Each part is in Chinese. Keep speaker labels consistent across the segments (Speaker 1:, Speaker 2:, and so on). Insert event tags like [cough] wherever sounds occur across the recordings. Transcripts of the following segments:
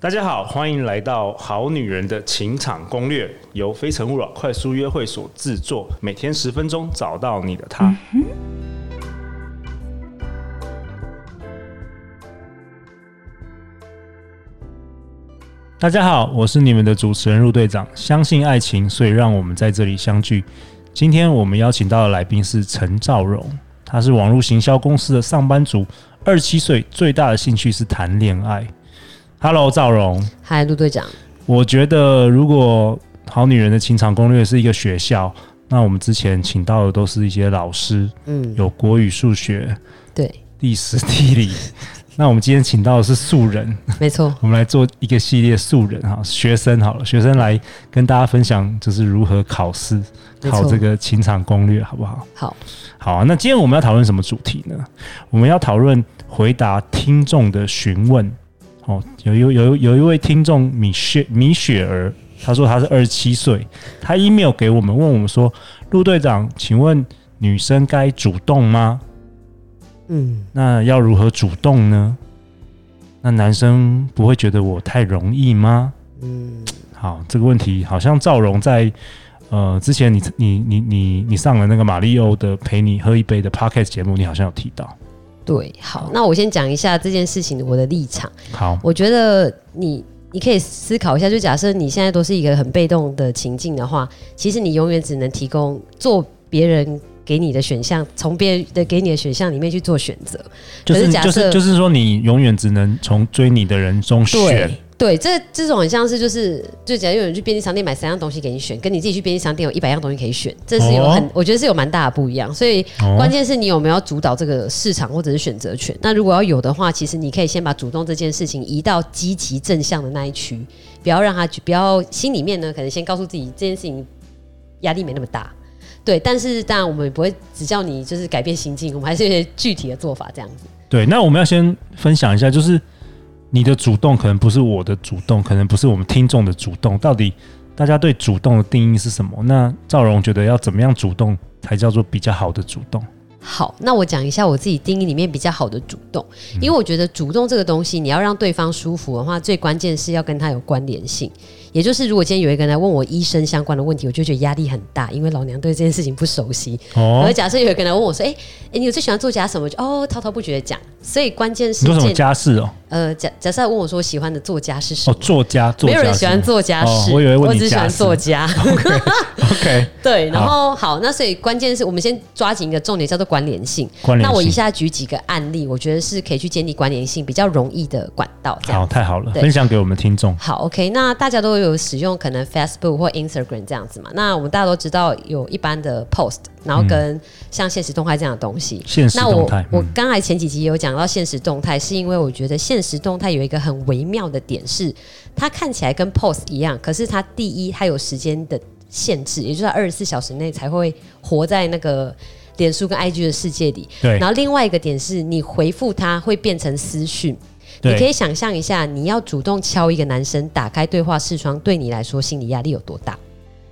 Speaker 1: 大家好，欢迎来到《好女人的情场攻略》，由非诚勿扰快速约会所制作，每天十分钟，找到你的他。大家好，我是你们的主持人陆队长。相信爱情，所以让我们在这里相聚。今天我们邀请到的来宾是陈兆荣，他是网络行销公司的上班族，二十七岁，最大的兴趣是谈恋爱。Hello，赵荣，
Speaker 2: 嗨，陆队长，
Speaker 1: 我觉得如果《好女人的情场攻略》是一个学校，那我们之前请到的都是一些老师，
Speaker 2: 嗯，
Speaker 1: 有国语、数学、
Speaker 2: 对，
Speaker 1: 历史、地理。 [laughs] 那我们今天请到的是素人，
Speaker 2: 没错，
Speaker 1: 我们来做一个系列素人哈，学生好了，学生来跟大家分享就是如何考试，
Speaker 2: 没
Speaker 1: 考
Speaker 2: 错
Speaker 1: 这个情场攻略，好不好？
Speaker 2: 好，
Speaker 1: 好啊，那今天我们要讨论什么主题呢？我们要讨论回答听众的询问。哦，有有有有一位听众米雪米雪儿，她说她是二十七岁，她 email 给我们问我们说，陆队长，请问女生该主动吗？
Speaker 2: 嗯，
Speaker 1: 那要如何主动呢？那男生不会觉得我太容易吗？
Speaker 2: 嗯，
Speaker 1: 好，这个问题好像赵荣在呃之前你你你你你上了那个马里欧的陪你喝一杯的 podcast 节目，你好像有提到。
Speaker 2: 对，好，那我先讲一下这件事情我的立场。
Speaker 1: 好，
Speaker 2: 我觉得你你可以思考一下，就假设你现在都是一个很被动的情境的话，其实你永远只能提供做别人给你的选项，从别人的给你的选项里面去做选择。
Speaker 1: 就
Speaker 2: 可
Speaker 1: 是
Speaker 2: 是假
Speaker 1: 就
Speaker 2: 设
Speaker 1: 是就是说，你永远只能从追你的人中选
Speaker 2: 对。对，这这种很像是就是，就假如有人去便利商店买三样东西给你选，跟你自己去便利商店有一百样东西可以选，这是有很，
Speaker 1: 哦
Speaker 2: 我觉得是有蛮大的不一样。所以
Speaker 1: 哦
Speaker 2: 关键是你有没有要主导这个市场或者是选择权。那如果要有的话，其实你可以先把主动这件事情移到积极正向的那一区，不要让他去，不要心里面呢，可能先告诉自己这件事情压力没那么大。对，但是当然我们也不会只叫你就是改变心境，我们还是有一些具体的做法这样子。
Speaker 1: 对，那我们要先分享一下，就是你的主动可能不是我的主动，可能不是我们听众的主动，到底大家对主动的定义是什么？那赵荣觉得要怎么样主动才叫做比较好的主动？
Speaker 2: 好，那我讲一下我自己定义里面比较好的主动，
Speaker 1: 嗯
Speaker 2: 因为我觉得主动这个东西，你要让对方舒服的话，最关键是要跟他有关联性。也就是，如果今天有一个人来问我医生相关的问题，我就觉得压力很大，因为老娘对这件事情不熟悉。
Speaker 1: 哦
Speaker 2: 而，假设有一个人来问我说：“哎、诶你最喜欢作家什么？”我就哦，滔滔不绝地讲。所以关键是
Speaker 1: 你说什么
Speaker 2: 建
Speaker 1: 家事哦？
Speaker 2: 呃，假假设问我说喜欢的作家是什
Speaker 1: 哦，
Speaker 2: 么？
Speaker 1: 作家，作
Speaker 2: 没
Speaker 1: 家
Speaker 2: 有人喜欢
Speaker 1: 是吗
Speaker 2: 作家
Speaker 1: 哦
Speaker 2: 是，
Speaker 1: 我以为问你
Speaker 2: 只喜欢
Speaker 1: 家事
Speaker 2: 作家。
Speaker 1: [laughs] OK，
Speaker 2: 对，然后好，那所以关键是我们先抓紧一个重点，叫做关联性。
Speaker 1: 关联
Speaker 2: 那我
Speaker 1: 性
Speaker 2: 以下举几个案例，我觉得是可以去建立关联性比较容易的管道。这样
Speaker 1: 好，太好了，
Speaker 2: 对
Speaker 1: 分享给我们听众。
Speaker 2: 好，OK，那大家都有使用可能 Facebook 或 Instagram 这样子嘛？那我们大家都知道有一般的 post，然后跟像现实动态这样的东西。
Speaker 1: 嗯现实
Speaker 2: 那
Speaker 1: 动
Speaker 2: 我
Speaker 1: 态，
Speaker 2: 我
Speaker 1: 嗯
Speaker 2: 刚才前几集有讲到现实动态，是因为我觉得现实动态有一个很微妙的点是，它看起来跟 post 一样，可是它第一它有时间的限制，也就是二十四小时内才会活在那个脸书跟 IG 的世界里。
Speaker 1: 对
Speaker 2: 然后另外一个点是你回复它会变成私讯，你可
Speaker 1: 对
Speaker 2: 以想象一下，你要主动敲一个男生打开对话视窗，对你来说心理压力有多大？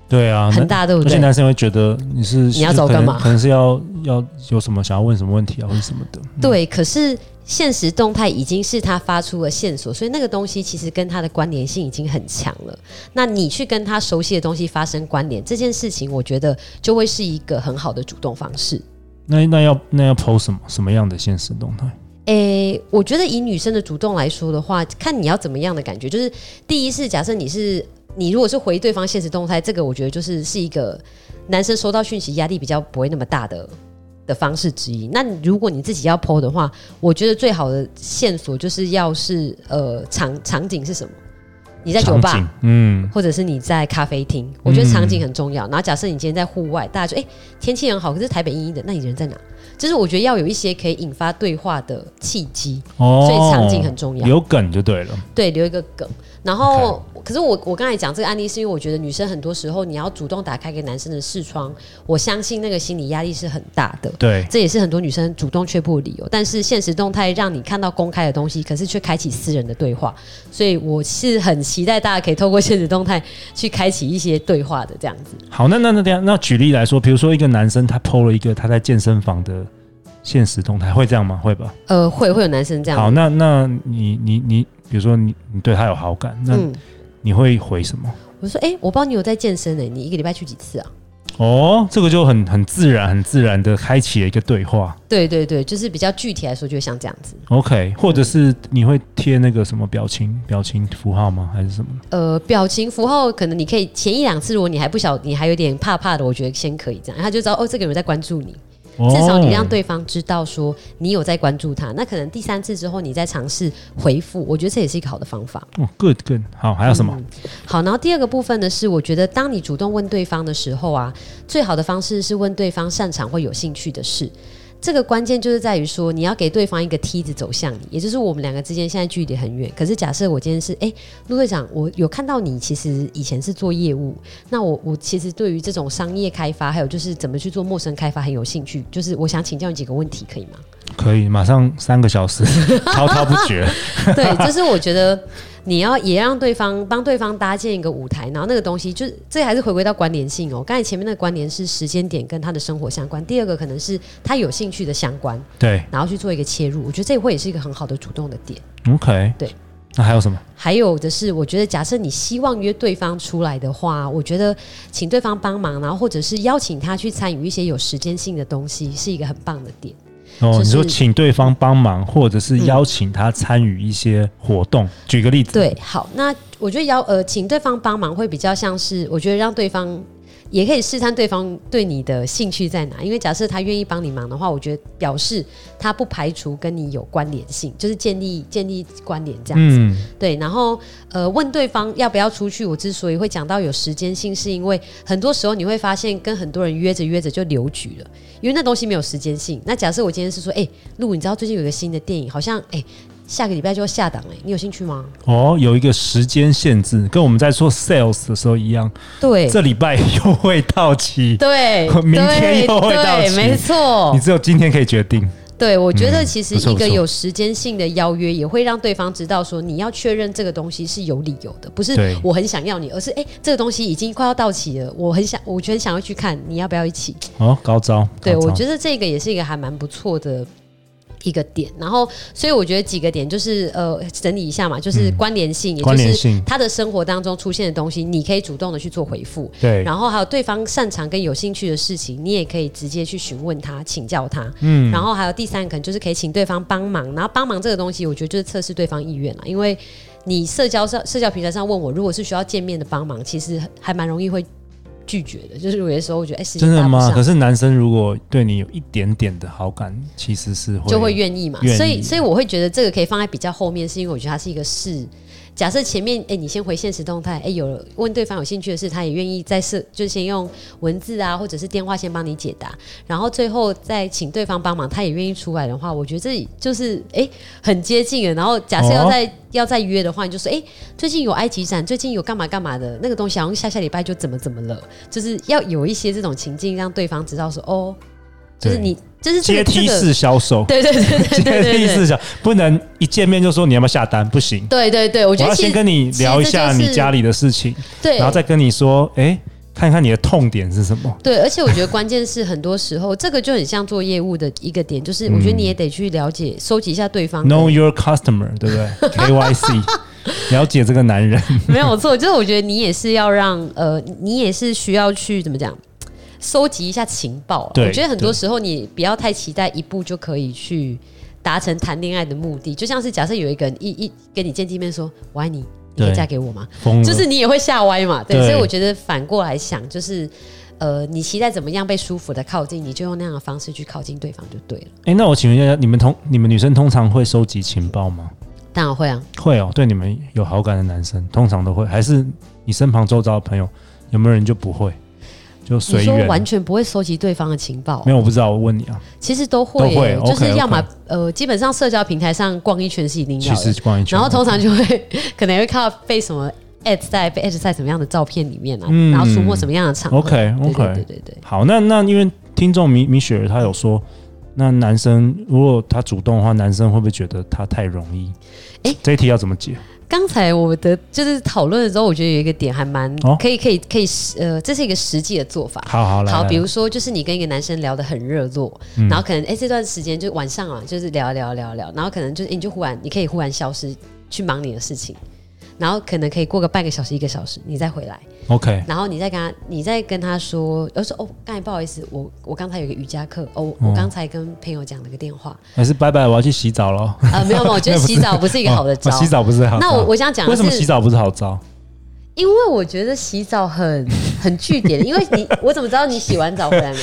Speaker 1: 对啊，
Speaker 2: 很
Speaker 1: 那
Speaker 2: 大，对不
Speaker 1: 而且
Speaker 2: 对？
Speaker 1: 男生会觉得你是
Speaker 2: 你要找
Speaker 1: 可能
Speaker 2: 干嘛
Speaker 1: 可能是要要有什么想要问什么问题啊，或者什么的。
Speaker 2: 对，可是现实动态已经是他发出了线索，所以那个东西其实跟他的关联性已经很强了。那你去跟他熟悉的东西发生关联，这件事情我觉得就会是一个很好的主动方式。
Speaker 1: 那那要那要 PO 什么什么样的现实动态？
Speaker 2: 诶、我觉得以女生的主动来说的话，看你要怎么样的感觉。就是第一是，假设你是你如果是回对方现实动态，这个我觉得就是是一个男生收到讯息压力比较不会那么大的的方式之一。那如果你自己要 PO 的话，我觉得最好的线索就是要是呃场场景是什么？你在酒
Speaker 1: 场景
Speaker 2: 吧。，
Speaker 1: 嗯，
Speaker 2: 或者是你在咖啡厅，我觉得场景很重要。然后假设你今天在户外，大家就哎、诶天气很好，可是台北阴阴的，那你人在哪？就是我觉得要有一些可以引发对话的契机，
Speaker 1: 哦
Speaker 2: 所以场景很重要。
Speaker 1: 有梗就对了。
Speaker 2: 对，留一个梗。然后可是我我刚才讲这个案例，是因为我觉得女生很多时候你要主动打开给男生的视窗，我相信那个心理压力是很大的。
Speaker 1: 对，
Speaker 2: 这也是很多女生主动却步的理由。但是现实动态让你看到公开的东西，可是却开启私人的对话，所以我是很期待大家可以透过现实动态去开启一些对话的这样子。
Speaker 1: 好，那那那这样，那举例来说，比如说一个男生他 PO 了一个他在健身房的现实动态，会这样吗？会吧。
Speaker 2: 呃，会会有男生这样
Speaker 1: 好，
Speaker 2: 子。
Speaker 1: 那那你你你比如说你你对他有好感，那
Speaker 2: 嗯，
Speaker 1: 你会回什么？
Speaker 2: 我说，哎、我不知道你有在健身呢、你一个礼拜去几次啊？
Speaker 1: 哦，这个就很很自然、很自然的开启了一个对话。
Speaker 2: 对对对，就是比较具体来说，就像这样子。
Speaker 1: OK，或者是你会贴那个什么表情表情符号吗？还是什么？
Speaker 2: 呃，表情符号可能你可以前一两次，如果你还不晓，你还有点怕怕的，我觉得先可以这样，他就知道哦，这个人在关注你，至少你让
Speaker 1: 哦
Speaker 2: 对方知道说你有在关注他。那可能第三次之后，你再尝试回复，我觉得这也是一个好的方法。
Speaker 1: 哦，good good，好，还有什么？
Speaker 2: 好，然后第二个部分呢，是我觉得当你主动问对方的时候啊，最好的方式是问对方擅长或有兴趣的事。这个关键就是在于说，你要给对方一个梯子走向你，也就是我们两个之间现在距离很远。可是假设我今天是，哎、陆队长，我有看到你其实以前是做业务，那我我其实对于这种商业开发，还有就是怎么去做陌生开发很有兴趣，就是我想请教你几个问题，可以吗？
Speaker 1: 可以，马上三个小时，
Speaker 2: [laughs]
Speaker 1: 滔滔不绝。
Speaker 2: 对，就是我觉得你要也让对方帮对方搭建一个舞台，然后那个东西就是这还是回归到关联性哦。刚才前面那个关联是时间点跟他的生活相关，第二个可能是他有兴趣的相关，
Speaker 1: 对
Speaker 2: 然后去做一个切入，我觉得这会也是一个很好的主动的点。
Speaker 1: ，OK，
Speaker 2: 对。
Speaker 1: 那还有什么？
Speaker 2: 还有的是，我觉得假设你希望约对方出来的话，我觉得请对方帮忙，然后或者是邀请他去参与一些有时间性的东西，是一个很棒的点。
Speaker 1: 哦，
Speaker 2: 就
Speaker 1: 你
Speaker 2: 是
Speaker 1: 说请对方帮忙，或者是
Speaker 2: 嗯
Speaker 1: 邀请他参与一些活动。举个例子，
Speaker 2: 对，好，那我觉得要呃，请对方帮忙会比较像是，我觉得让对方也可以试探对方对你的兴趣在哪。因为假设他愿意帮你忙的话，我觉得表示他不排除跟你有关联性，就是建立建立关联这样子。
Speaker 1: 嗯，
Speaker 2: 对，然后呃，问对方要不要出去。我之所以会讲到有时间性，是因为很多时候你会发现跟很多人约着约着就留局了，因为那东西没有时间性。那假设我今天是说，哎、露，你知道最近有一个新的电影，好像哎、下个礼拜就要下档哎、你有兴趣吗？
Speaker 1: 哦，有一个时间限制，跟我们在做 sales 的时候一样，
Speaker 2: 对，
Speaker 1: 这礼拜又会到期，，
Speaker 2: 对
Speaker 1: 明天又会到
Speaker 2: 对，
Speaker 1: 期
Speaker 2: 对没错
Speaker 1: 你。只有今天可以决定。
Speaker 2: 对，我觉得
Speaker 1: 嗯
Speaker 2: 其实
Speaker 1: 不错
Speaker 2: 一
Speaker 1: 不
Speaker 2: 个
Speaker 1: 错
Speaker 2: 有时间性的邀约，也会让对方知道说你要确认这个东西是有理由的，不是
Speaker 1: 对
Speaker 2: 我很想要你，而是哎、这个东西已经快要到期了，我很想，我觉得想要去看，你要不要一起？
Speaker 1: 哦，高招。
Speaker 2: 对，
Speaker 1: 高招
Speaker 2: 我觉得这个也是一个还蛮不错的。一个点，然后，所以我觉得几个点就是呃，整理一下嘛，就是关联性，
Speaker 1: 嗯关
Speaker 2: 也
Speaker 1: 联
Speaker 2: 就是
Speaker 1: 性
Speaker 2: 他的生活当中出现的东西，你可以主动的去做回复，
Speaker 1: 对，
Speaker 2: 然后还有对方擅长跟有兴趣的事情，你也可以直接去询问他、请教他。
Speaker 1: 嗯
Speaker 2: 然后还有第三个，可能就是可以请对方帮忙。然后帮忙这个东西，我觉得就是测试对方意愿了，因为你社交上、社交平台上问我，如果是需要见面的帮忙，其实还蛮容易会拒绝的。就是有些时候我觉得，哎，时间
Speaker 1: 真的
Speaker 2: 搭不
Speaker 1: 吗？可
Speaker 2: 上。
Speaker 1: 是男生如果对你有一点点的好感，其实是会
Speaker 2: 就会愿意嘛，
Speaker 1: 愿意
Speaker 2: 所以所以我会觉得这个可以放在比较后面，是因为我觉得它是一个试。假设前面哎、你先回现实动态，哎、有了问对方有兴趣的事，他也愿意在社就先用文字啊，或者是电话先帮你解答，然后最后再请对方帮忙，他也愿意出来的话，我觉得这就是哎、很接近了。然后假设
Speaker 1: 哦
Speaker 2: 要再、要再约的话，你就说哎、最近有埃及展，最近有干嘛干嘛的那个东西，好像下下礼拜就怎么怎么了，就是要有一些这种情境，让对方知道说哦，就是
Speaker 1: 对
Speaker 2: 你就是这
Speaker 1: 阶
Speaker 2: 个
Speaker 1: 梯
Speaker 2: 这个
Speaker 1: 式销售，
Speaker 2: 对对 [laughs] 对对对
Speaker 1: 阶梯
Speaker 2: 对
Speaker 1: 式销，不能一见面就说你要不要下单，不行。
Speaker 2: 对对对，我
Speaker 1: 我
Speaker 2: 觉
Speaker 1: 要
Speaker 2: 得其
Speaker 1: 先
Speaker 2: 实
Speaker 1: 跟你聊一下
Speaker 2: 其实这
Speaker 1: 你
Speaker 2: 就是
Speaker 1: 家里的事情，
Speaker 2: 对
Speaker 1: 然后再跟你说，哎，看看你的痛点是什么。
Speaker 2: 对，而且我觉得关键是很多时候这个就很像做业务的一个点，就是我觉得你也
Speaker 1: 嗯
Speaker 2: 得去了解、收集一下对方的。
Speaker 1: Know your customer，对不对？KYC，了解这个男人。
Speaker 2: [laughs] 没有错，就是我觉得你也是要让呃，你也是需要去怎么讲，收集一下情报啊。
Speaker 1: 对
Speaker 2: 我觉得很多
Speaker 1: 对
Speaker 2: 时候你不要太期待一步就可以去达成谈恋爱的目的，就像是假设有一个人一一跟你见地面说“我爱你”，你可以
Speaker 1: 对
Speaker 2: 嫁给我吗？
Speaker 1: 疯了，
Speaker 2: 就是你也会吓歪嘛。对，
Speaker 1: 嗯对
Speaker 2: 所以我觉得反过来想，就是呃，你期待怎么样被舒服的靠近，你就用那样的方式去靠近对方就对了。
Speaker 1: 哎、那我请问一下，你们通你们女生通常会收集情报吗？
Speaker 2: 当然会啊，
Speaker 1: 会哦，对你们有好感的男生通常都会，还是你身旁周遭的朋友有没有人就不会？就
Speaker 2: 你
Speaker 1: 随
Speaker 2: 说
Speaker 1: 缘。
Speaker 2: 完全不会收集对方的情报
Speaker 1: 没，有，我不知道，我问你啊。
Speaker 2: 其实都会
Speaker 1: 都会
Speaker 2: 耶、就
Speaker 1: OK，OK
Speaker 2: 是要么呃，基本上社交平台上逛一圈是一定
Speaker 1: 其
Speaker 2: 要
Speaker 1: 实
Speaker 2: 的，
Speaker 1: 逛一圈，
Speaker 2: 然后通常就会 [laughs] 可能会看到被什么。at 在被 at 在什么样的照片里面啊，
Speaker 1: 嗯
Speaker 2: 然后出没什么样的场合
Speaker 1: OK，OK
Speaker 2: 对对对对对
Speaker 1: 好，那那因为听众米米雪儿她有说，那男生如果他主动的话，男生会不会觉得他太容易？
Speaker 2: 诶
Speaker 1: 这一题要怎么解？
Speaker 2: 刚才我的就是讨论的时候，我觉得有一个点还蛮、
Speaker 1: 哦
Speaker 2: 可以可以可以，呃，这是一个实际的做法，
Speaker 1: 好好来，
Speaker 2: 好，
Speaker 1: 来
Speaker 2: 比如说就是你跟一个男生聊得很热络，
Speaker 1: 嗯
Speaker 2: 然后可能哎、诶这段时间就晚上啊，就是聊啊聊啊聊啊聊，然后可能就是、诶你就忽然你可以忽然消失去忙你的事情，然后可能可以过个半个小时、一个小时，你再回来，
Speaker 1: OK，
Speaker 2: 然后你再跟他，你再跟他说，要说哦，刚才不好意思，我我刚才有个瑜伽课，哦，我
Speaker 1: 哦
Speaker 2: 我刚才跟朋友讲了个电话，
Speaker 1: 还是拜拜，我要去洗澡了。
Speaker 2: 呃，没有没有，我觉得洗澡不是一个好的招
Speaker 1: [laughs] 哦。洗澡不是好招。
Speaker 2: 那我我想讲的
Speaker 1: 为
Speaker 2: 是，
Speaker 1: 什么洗澡不是好招？ [laughs]
Speaker 2: 因为我觉得洗澡很很据点，因为你我怎么知道你洗完澡回来没？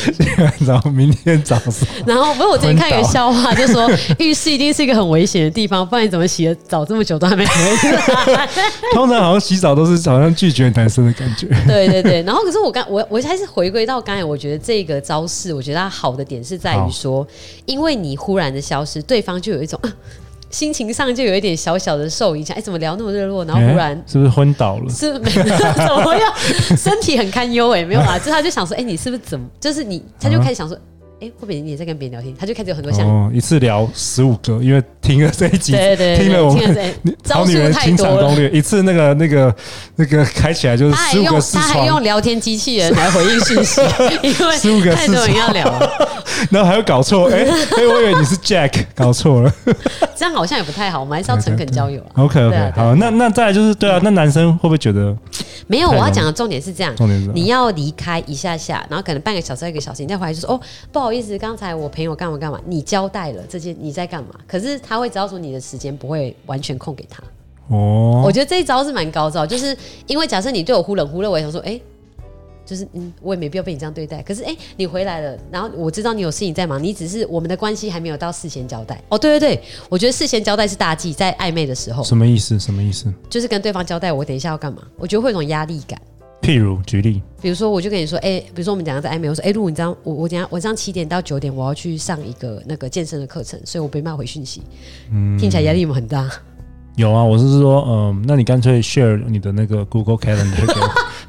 Speaker 1: 然后明天早上
Speaker 2: 然后不是我最近看一个
Speaker 1: 昏倒
Speaker 2: 笑话，就说浴室一定是一个很危险的地方，不然你怎么洗的澡这么久都还没 [laughs] 回来？
Speaker 1: 通常好像洗澡都是好像拒绝男生的感觉。
Speaker 2: 对对对。 [laughs] 然后可是我刚我我还是回归到刚才，我觉得这个招式，我觉得它好的点是在
Speaker 1: 好
Speaker 2: 于说，因为你忽然的消失，对方就有一种、啊心情上就有一点小小的受影响。哎，怎么聊那么热络？然后
Speaker 1: 哎
Speaker 2: 忽然
Speaker 1: 诶是不是昏倒了？
Speaker 2: 是 [laughs] 没怎么样，身体很堪忧哎、没有啦，就是他就想说，哎、你是不是怎么？就是你，他就开始想说，哎、会不会你也在跟别人聊天？他就开始有很多想，
Speaker 1: 嗯哦，一次聊十五个，因为听了这一集，
Speaker 2: 对对对，
Speaker 1: 听了我
Speaker 2: 听了
Speaker 1: [laughs] 们
Speaker 2: 这
Speaker 1: 好
Speaker 2: 招
Speaker 1: 女
Speaker 2: 数
Speaker 1: 人
Speaker 2: 太
Speaker 1: 情
Speaker 2: 多
Speaker 1: 场攻
Speaker 2: 了。
Speaker 1: 略，一次那个那个那个开起来就是
Speaker 2: 他还
Speaker 1: 十五
Speaker 2: 用
Speaker 1: 个视
Speaker 2: 他还用
Speaker 1: 窗，
Speaker 2: 聊天机器人来回应
Speaker 1: [laughs]
Speaker 2: 讯息，因
Speaker 1: 15
Speaker 2: 为
Speaker 1: 个
Speaker 2: 太多人要聊了，
Speaker 1: 然后还有搞错，
Speaker 2: [laughs]
Speaker 1: 哎哎，我以为你是 Jack，搞错了。
Speaker 2: 这样好像也不太好。我们还是要诚恳交友啊。
Speaker 1: OK
Speaker 2: 对啊嗯
Speaker 1: OK，
Speaker 2: 对啊
Speaker 1: 好，那那再来就是对啊，那男生会不会觉得
Speaker 2: [laughs] 没有，
Speaker 1: 太
Speaker 2: 我
Speaker 1: 容
Speaker 2: 要
Speaker 1: 易
Speaker 2: 讲的重点是这样，
Speaker 1: 重点是什么
Speaker 2: 你要离开一下下，然后可能半个小时、一个小时，你再回来就说哦，不好意思，刚才我朋友干嘛干嘛，你交代了这件你在干嘛？可是他会知道说你的时间不会完全空给他。
Speaker 1: 哦
Speaker 2: 我觉得这一招是蛮高招，就是因为假设你对我忽冷忽热，我也想说，哎、就是嗯，我也没必要被你这样对待。可是哎、你回来了，然后我知道你有事情在忙，你只是我们的关系还没有到事先交代。哦，对对对，我觉得事先交代是大忌，在暧昧的时候，
Speaker 1: 什么意思？什么意思？
Speaker 2: 就是跟对方交代我等一下要干嘛，我觉得会有一种压力感。
Speaker 1: 譬如举例，
Speaker 2: 比如说，我就跟你说，哎、比如说我们讲在暧昧，我说，哎、如果你这样，我我等一下晚上七点到九点我要去上一个那个健身的课程，所以我没办法回讯息，听起来压力有没有很大？
Speaker 1: 有啊，我是说，嗯，那你干脆 share 你的那个 Google Calendar 给我，
Speaker 2: [laughs]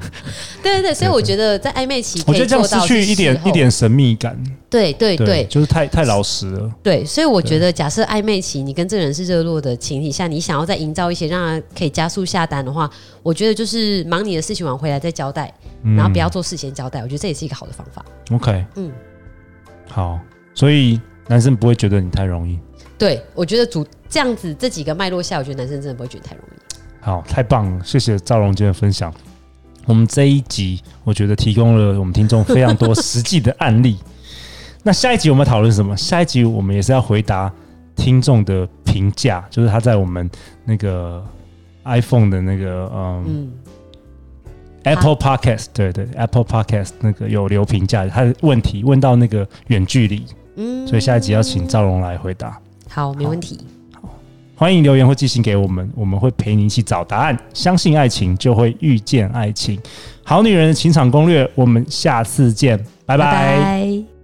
Speaker 2: 对对对，所以我觉得在暧昧期，
Speaker 1: 我觉得这样失去一点一，点神秘感，
Speaker 2: 对对对对
Speaker 1: 就是太太老实了，
Speaker 2: 所以我觉得假设暧昧期你跟这个人是热络的情况下，你想要再营造一些让他可以加速下单的话，我觉得就是忙你的事情完回来再交代，
Speaker 1: 嗯
Speaker 2: 然后不要做事先交代，我觉得这也是一个好的方法。
Speaker 1: OK，
Speaker 2: 嗯，
Speaker 1: 好，所以男生不会觉得你太容易，
Speaker 2: 对，我觉得主这样子这几个脉络下，我觉得男生真的不会觉得太容易。
Speaker 1: 好，太棒了，谢谢赵荣今天的分享。我们这一集我觉得提供了我们听众非常多实际的案例。 [laughs] 那下一集我们讨论什么？下一集我们也是要回答听众的评价，就是他在我们那个 iPhone 的那个嗯
Speaker 2: 嗯。
Speaker 1: Apple Podcast，对对，Apple Podcast 那个有留评价，他的问题问到那个远距离，
Speaker 2: 嗯
Speaker 1: 所以下一集要请赵荣来回答。
Speaker 2: 好，没问题。
Speaker 1: 欢迎留言或寄信给我们，我们会陪你一起找答案。相信爱情，就会遇见爱情。好女人的情场攻略，我们下次见，拜拜
Speaker 2: 拜